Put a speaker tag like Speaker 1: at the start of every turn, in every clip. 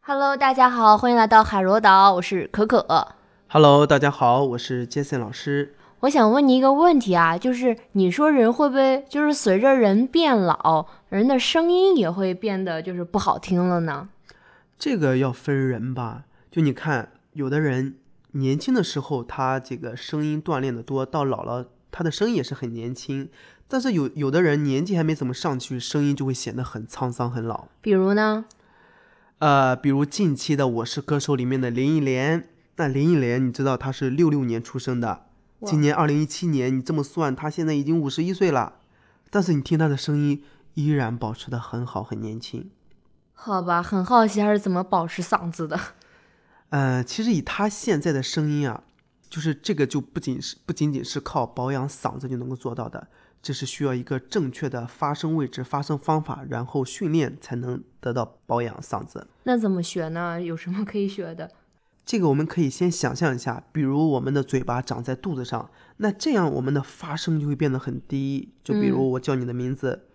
Speaker 1: Hello，大家好，欢迎来到海螺岛，我是可可。
Speaker 2: Hello，大家好，我是 Jason 老师。
Speaker 1: 我想问你一个问题啊，就是你说人会不会就是随着人变老，人的声音也会变得就是不好听了呢？
Speaker 2: 这个要分人吧，就你看，有的人年轻的时候他这个声音锻炼的多，到老了他的声音也是很年轻，但是有有的人年纪还没怎么上去，声音就会显得很沧桑、很老。
Speaker 1: 比如呢？
Speaker 2: 呃，比如近期的《我是歌手》里面的林忆莲，那林忆莲你知道她是六六年出生的，
Speaker 1: 哇
Speaker 2: 今年二零一七年，你这么算，她现在已经五十一岁了，但是你听她的声音依然保持的很好，很年轻。
Speaker 1: 好吧，很好奇她是怎么保持嗓子的。
Speaker 2: 呃，其实以她现在的声音啊，就是这个就不仅是不仅仅是靠保养嗓子就能够做到的，这是需要一个正确的发声位置、发声方法，然后训练才能得到保养嗓子。
Speaker 1: 那怎么学呢？有什么可以学的？
Speaker 2: 这个我们可以先想象一下，比如我们的嘴巴长在肚子上，那这样我们的发声就会变得很低。就比如我叫你的名字，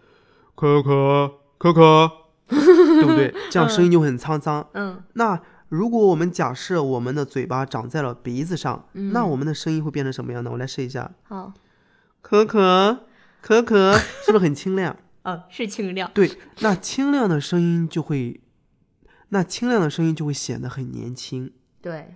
Speaker 2: 可可可可，对不对？这样声音就会很沧桑。
Speaker 1: 嗯，
Speaker 2: 那如果我们假设我们的嘴巴长在了鼻子上，那我们的声音会变成什么样呢？我来试一下，
Speaker 1: 好，
Speaker 2: 可可可可，是不是很清亮？
Speaker 1: 啊，是清亮。
Speaker 2: 对，那清亮的声音就会，那清亮的声音就会显得很年轻。
Speaker 1: 对，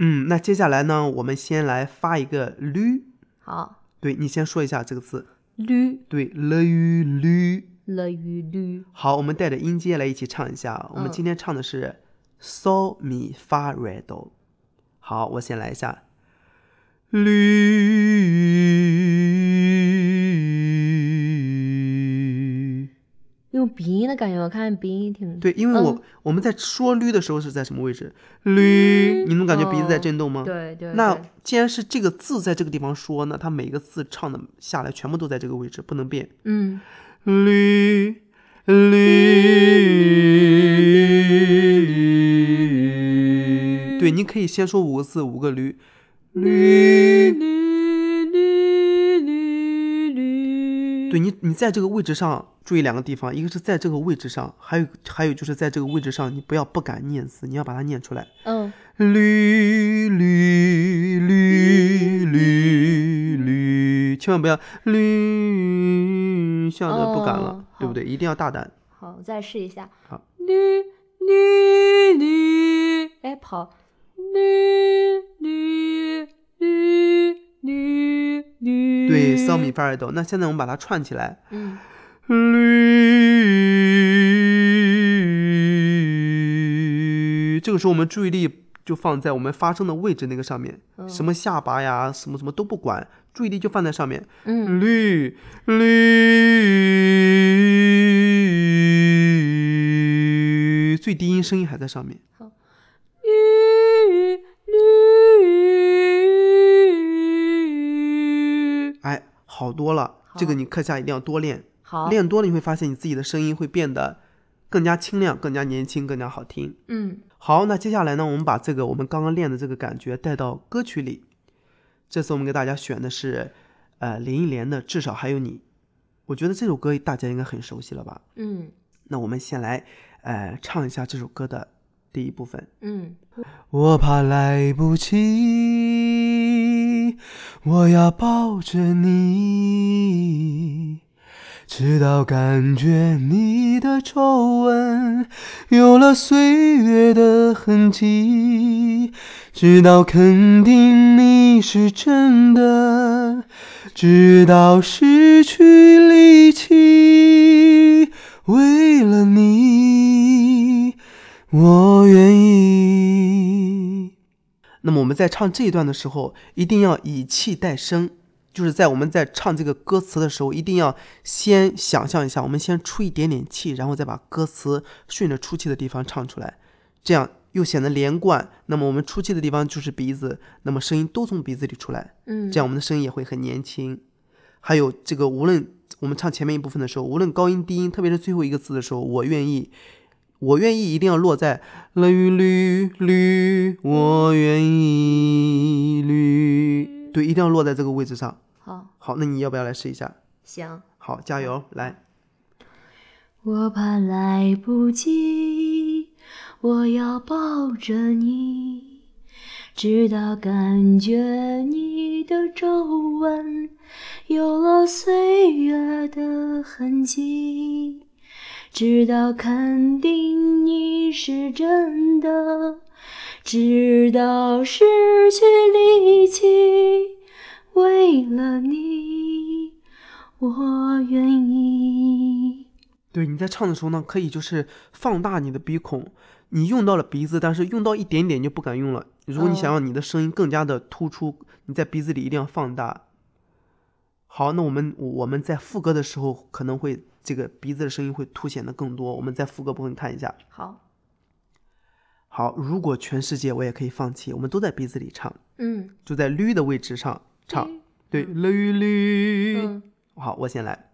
Speaker 2: 嗯，那接下来呢，我们先来发一个“驴
Speaker 1: 好，”，
Speaker 2: 对你先说一下这个字，
Speaker 1: 驴
Speaker 2: 对了与驴。
Speaker 1: 了与驴，
Speaker 2: 好，我们带着音阶来一起唱一下。啊我们
Speaker 1: 嗯
Speaker 2: 今天唱的是《嗦咪发瑞哆》。好，我先来一下，驴。
Speaker 1: 用鼻音的感觉，我看鼻音挺
Speaker 2: 对，因为
Speaker 1: 嗯
Speaker 2: 我、我们在说“驴”的时候是在什么位置？驴，你能感觉鼻子在
Speaker 1: 哦
Speaker 2: 震动吗？
Speaker 1: 对对
Speaker 2: 那
Speaker 1: 对
Speaker 2: 既然是这个字在这个地方说，那它每个字唱的下来全部都在这个位置，不能变。
Speaker 1: 嗯，
Speaker 2: 驴驴，对，你可以先说五个字，五个驴。
Speaker 1: 驴驴驴驴驴，
Speaker 2: 对你，你在这个位置上注意两个地方，一个是在这个位置上，还有还有就是在这个位置上，你不要不敢念字，你要把它念出来。
Speaker 1: 嗯，
Speaker 2: 驴驴驴驴驴，千万不要驴，吓得不敢了，
Speaker 1: 哦
Speaker 2: 对不对？一定要大胆。
Speaker 1: 好，我再试一下。
Speaker 2: 好，
Speaker 1: 驴驴驴，哎，跑，驴驴驴驴驴，
Speaker 2: 对，桑米，发尔豆。那现在我们把它串起来，
Speaker 1: 嗯，
Speaker 2: 驴。这个时候我们注意力就放在我们发声的位置那个上面，什么下巴呀，什么什么都不管，注意力就放在上面。
Speaker 1: 嗯，
Speaker 2: 绿绿，最低音声音还在上面。
Speaker 1: 驴驴，
Speaker 2: 哎，好多了，这个你课下一定要多练，
Speaker 1: 好，
Speaker 2: 练多了你会发现你自己的声音会变得更加清亮、更加年轻、更加好听。
Speaker 1: 嗯，
Speaker 2: 好，那接下来呢，我们把这个我们刚刚练的这个感觉带到歌曲里。这次我们给大家选的是，呃，林忆莲的《至少还有你》，我觉得这首歌大家应该很熟悉了吧？
Speaker 1: 嗯，
Speaker 2: 那我们先来，呃，唱一下这首歌的第一部分。
Speaker 1: 嗯，
Speaker 2: 我怕来不及，我要抱着你，直到感觉你的皱纹有了岁月的痕迹，直到肯定你是真的，直到失去力气，为了你。我愿意。那么我们在唱这一段的时候，一定要以气代声，就是在我们在唱这个歌词的时候，一定要先想象一下，我们先出一点点气，然后再把歌词顺着出气的地方唱出来，这样又显得连贯。那么我们出气的地方就是鼻子，那么声音都从鼻子里出来，
Speaker 1: 嗯，
Speaker 2: 这样我们的声音也会很年轻。还有这个，无论我们唱前面一部分的时候，无论高音、低音，特别是最后一个字的时候，我愿意，我愿意一定要落在了与绿绿，我愿意绿，对，一定要落在这个位置上。
Speaker 1: 好，
Speaker 2: 好，那你要不要来试一下？
Speaker 1: 行。
Speaker 2: 好，加油，来，
Speaker 1: 我怕来不及，我要抱着你，直到感觉你的皱纹有了岁月的痕迹，直到肯定你是真的，直到失去力气，为了你，我愿意。
Speaker 2: 对，你在唱的时候呢，可以就是放大你的鼻孔，你用到了鼻子，但是用到一点点就不敢用了。如果你想
Speaker 1: 哦
Speaker 2: 让你的声音更加的突出，你在鼻子里一定要放大。好，那我们我们在副歌的时候可能会这个鼻子的声音会凸显的更多。我们在副歌部分看一下。
Speaker 1: 好，
Speaker 2: 好，如果全世界我也可以放弃，我们都在鼻子里唱，
Speaker 1: 嗯，
Speaker 2: 就在绿的位置上唱。对，绿绿。
Speaker 1: 嗯，
Speaker 2: 好，我先来。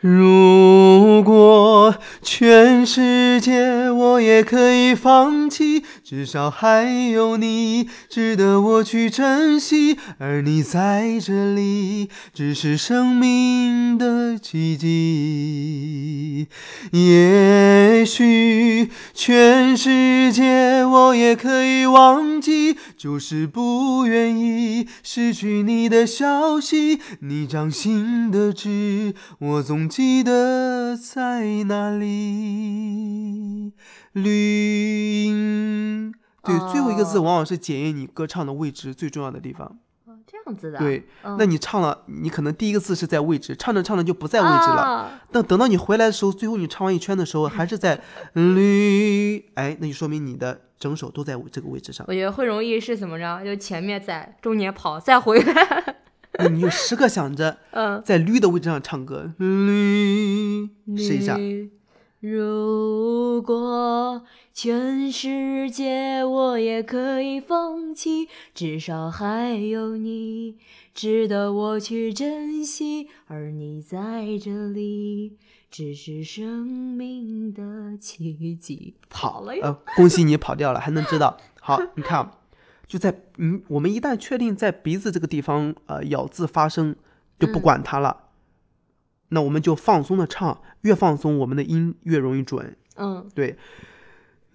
Speaker 2: 如果全世界我也可以放弃，至少还有你值得我去珍惜，而你在这里只是生命的奇迹。也许全世界我也可以忘记，就是不愿意失去你的消息。你掌心的痣，我总记得在哪里。绿荫，对，最后一个字
Speaker 1: 哦
Speaker 2: 往往是检验你歌唱的位置最重要的地方。
Speaker 1: 哦这样子的啊，
Speaker 2: 对，
Speaker 1: 嗯，
Speaker 2: 那你唱了，你可能第一个字是在位置，唱着唱着就不在位置了。
Speaker 1: 啊
Speaker 2: 但等到你回来的时候，最后你唱完一圈的时候，还是在绿，哎，那就说明你的整首都在这个位置上。
Speaker 1: 我觉得会容易是怎么着？就前面在，中间跑，再回 来。
Speaker 2: 那你就时刻想着
Speaker 1: 嗯，
Speaker 2: 在绿的位置上唱歌，绿，试一下。
Speaker 1: 你。如果全世界我也可以放弃，至少还有你值得我去珍惜，而你在这里只是生命的奇迹。跑了呀！
Speaker 2: 呃，恭喜你跑掉了，还能知道。好，你看啊，就在嗯，我们一旦确定在鼻子这个地方，呃，咬字发声就不管它了。那我们就放松的唱，越放松，我们的音越容易准。
Speaker 1: 嗯，
Speaker 2: 对。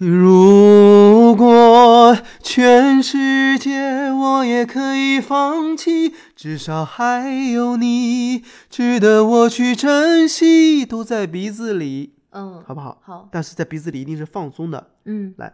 Speaker 2: 如果全世界我也可以放弃，至少还有你值得我去珍惜，都在鼻子里，
Speaker 1: 嗯，
Speaker 2: 好不好？
Speaker 1: 好，
Speaker 2: 但是在鼻子里一定是放松的。
Speaker 1: 嗯。
Speaker 2: 来，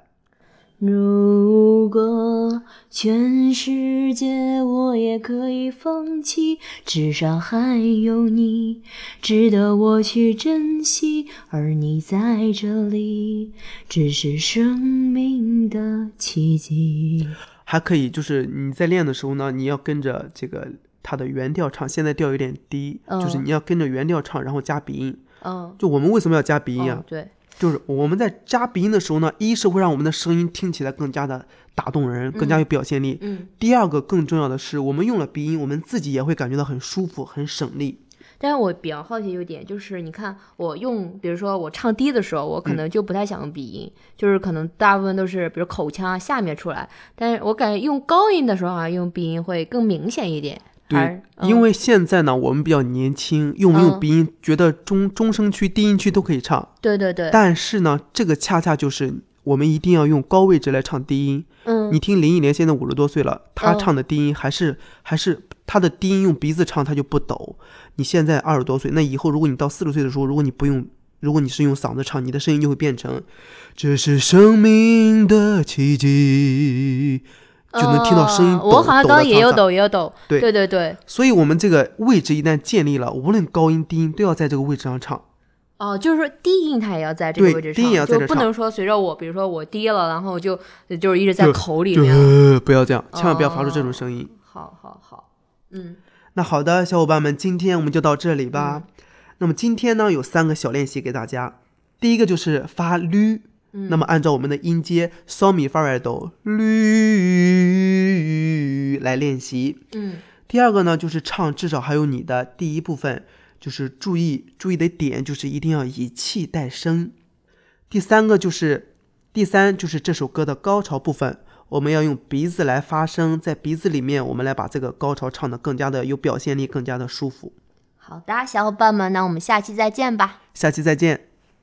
Speaker 1: 如果全世界我也可以放弃，至少还有你值得我去珍惜，而你在这里只是生命的奇迹。
Speaker 2: 还可以就是你在练的时候呢，你要跟着这个它的原调唱，现在调有点低，就是
Speaker 1: 嗯
Speaker 2: 你要跟着原调唱，然后加鼻音。
Speaker 1: 嗯，
Speaker 2: 就我们为什么要加鼻音啊？
Speaker 1: 对，
Speaker 2: 就是我们在加鼻音的时候呢，一是会让我们的声音听起来更加的打动人，更加有表现力。
Speaker 1: 嗯，
Speaker 2: 第二个更重要的是，我们用了鼻音，我们自己也会感觉到很舒服、很省力。
Speaker 1: 但是我比较好奇有点，就是你看我用，比如说我唱低的时候，
Speaker 2: 嗯
Speaker 1: 我可能就不太想用鼻音，就是可能大部分都是比如口腔啊下面出来，但是我感觉用高音的时候好像用鼻音会更明显一点。还嗯
Speaker 2: 因为现在呢，我们比较年轻，用不用
Speaker 1: 嗯
Speaker 2: 鼻音，觉得中中声区、低音区都可以唱。
Speaker 1: 对对对，
Speaker 2: 但是呢，这个恰恰就是我们一定要用高位置来唱低音。
Speaker 1: 嗯
Speaker 2: 你听林忆莲现在五十多岁了，她
Speaker 1: 嗯
Speaker 2: 唱的低音还是、还是她的低音用鼻子唱，她就不抖。你现在二十多岁，那以后如果你到四十岁的时候，如果你不用，如果你是用嗓子唱，你的声音就会变成“这是生命的奇迹”，就能听到声音
Speaker 1: 呃
Speaker 2: 抖、
Speaker 1: 我好像
Speaker 2: 抖
Speaker 1: 刚
Speaker 2: 得
Speaker 1: 刚也有
Speaker 2: 沧桑。
Speaker 1: 抖，也有抖。
Speaker 2: 对
Speaker 1: 对对对，
Speaker 2: 所以，我们这个位置一旦建立了，无论高音低音都要在这个位置上唱。
Speaker 1: 哦，就是说低音它也要在这个
Speaker 2: 对
Speaker 1: 位置
Speaker 2: 低音
Speaker 1: 上，
Speaker 2: 也要在
Speaker 1: 就
Speaker 2: 这
Speaker 1: 不
Speaker 2: 唱
Speaker 1: 能说随着我，比如说我低了，然后我就就是一直在
Speaker 2: 就
Speaker 1: 口里
Speaker 2: 就
Speaker 1: 面了。
Speaker 2: 呃不要这样，千万不要发出这
Speaker 1: 哦
Speaker 2: 种声音。
Speaker 1: 好好好，嗯
Speaker 2: 那好的，小伙伴们，今天我们就到这里吧。那么今天呢，有三个小练习给大家。第一个就是发绿，那么按照我们的音阶骚米发外哆绿来练习。
Speaker 1: 嗯
Speaker 2: 第二个呢，就是唱至少还有你的第一部分，就是注意注意的点就是一定要以气带声。第三个就是第三就是这首歌的高潮部分，我们要用鼻子来发声，在鼻子里面我们来把这个高潮唱得更加的有表现力，更加的舒服。
Speaker 1: 好的，小伙伴们，那我们下期再见吧。
Speaker 2: 下期再见。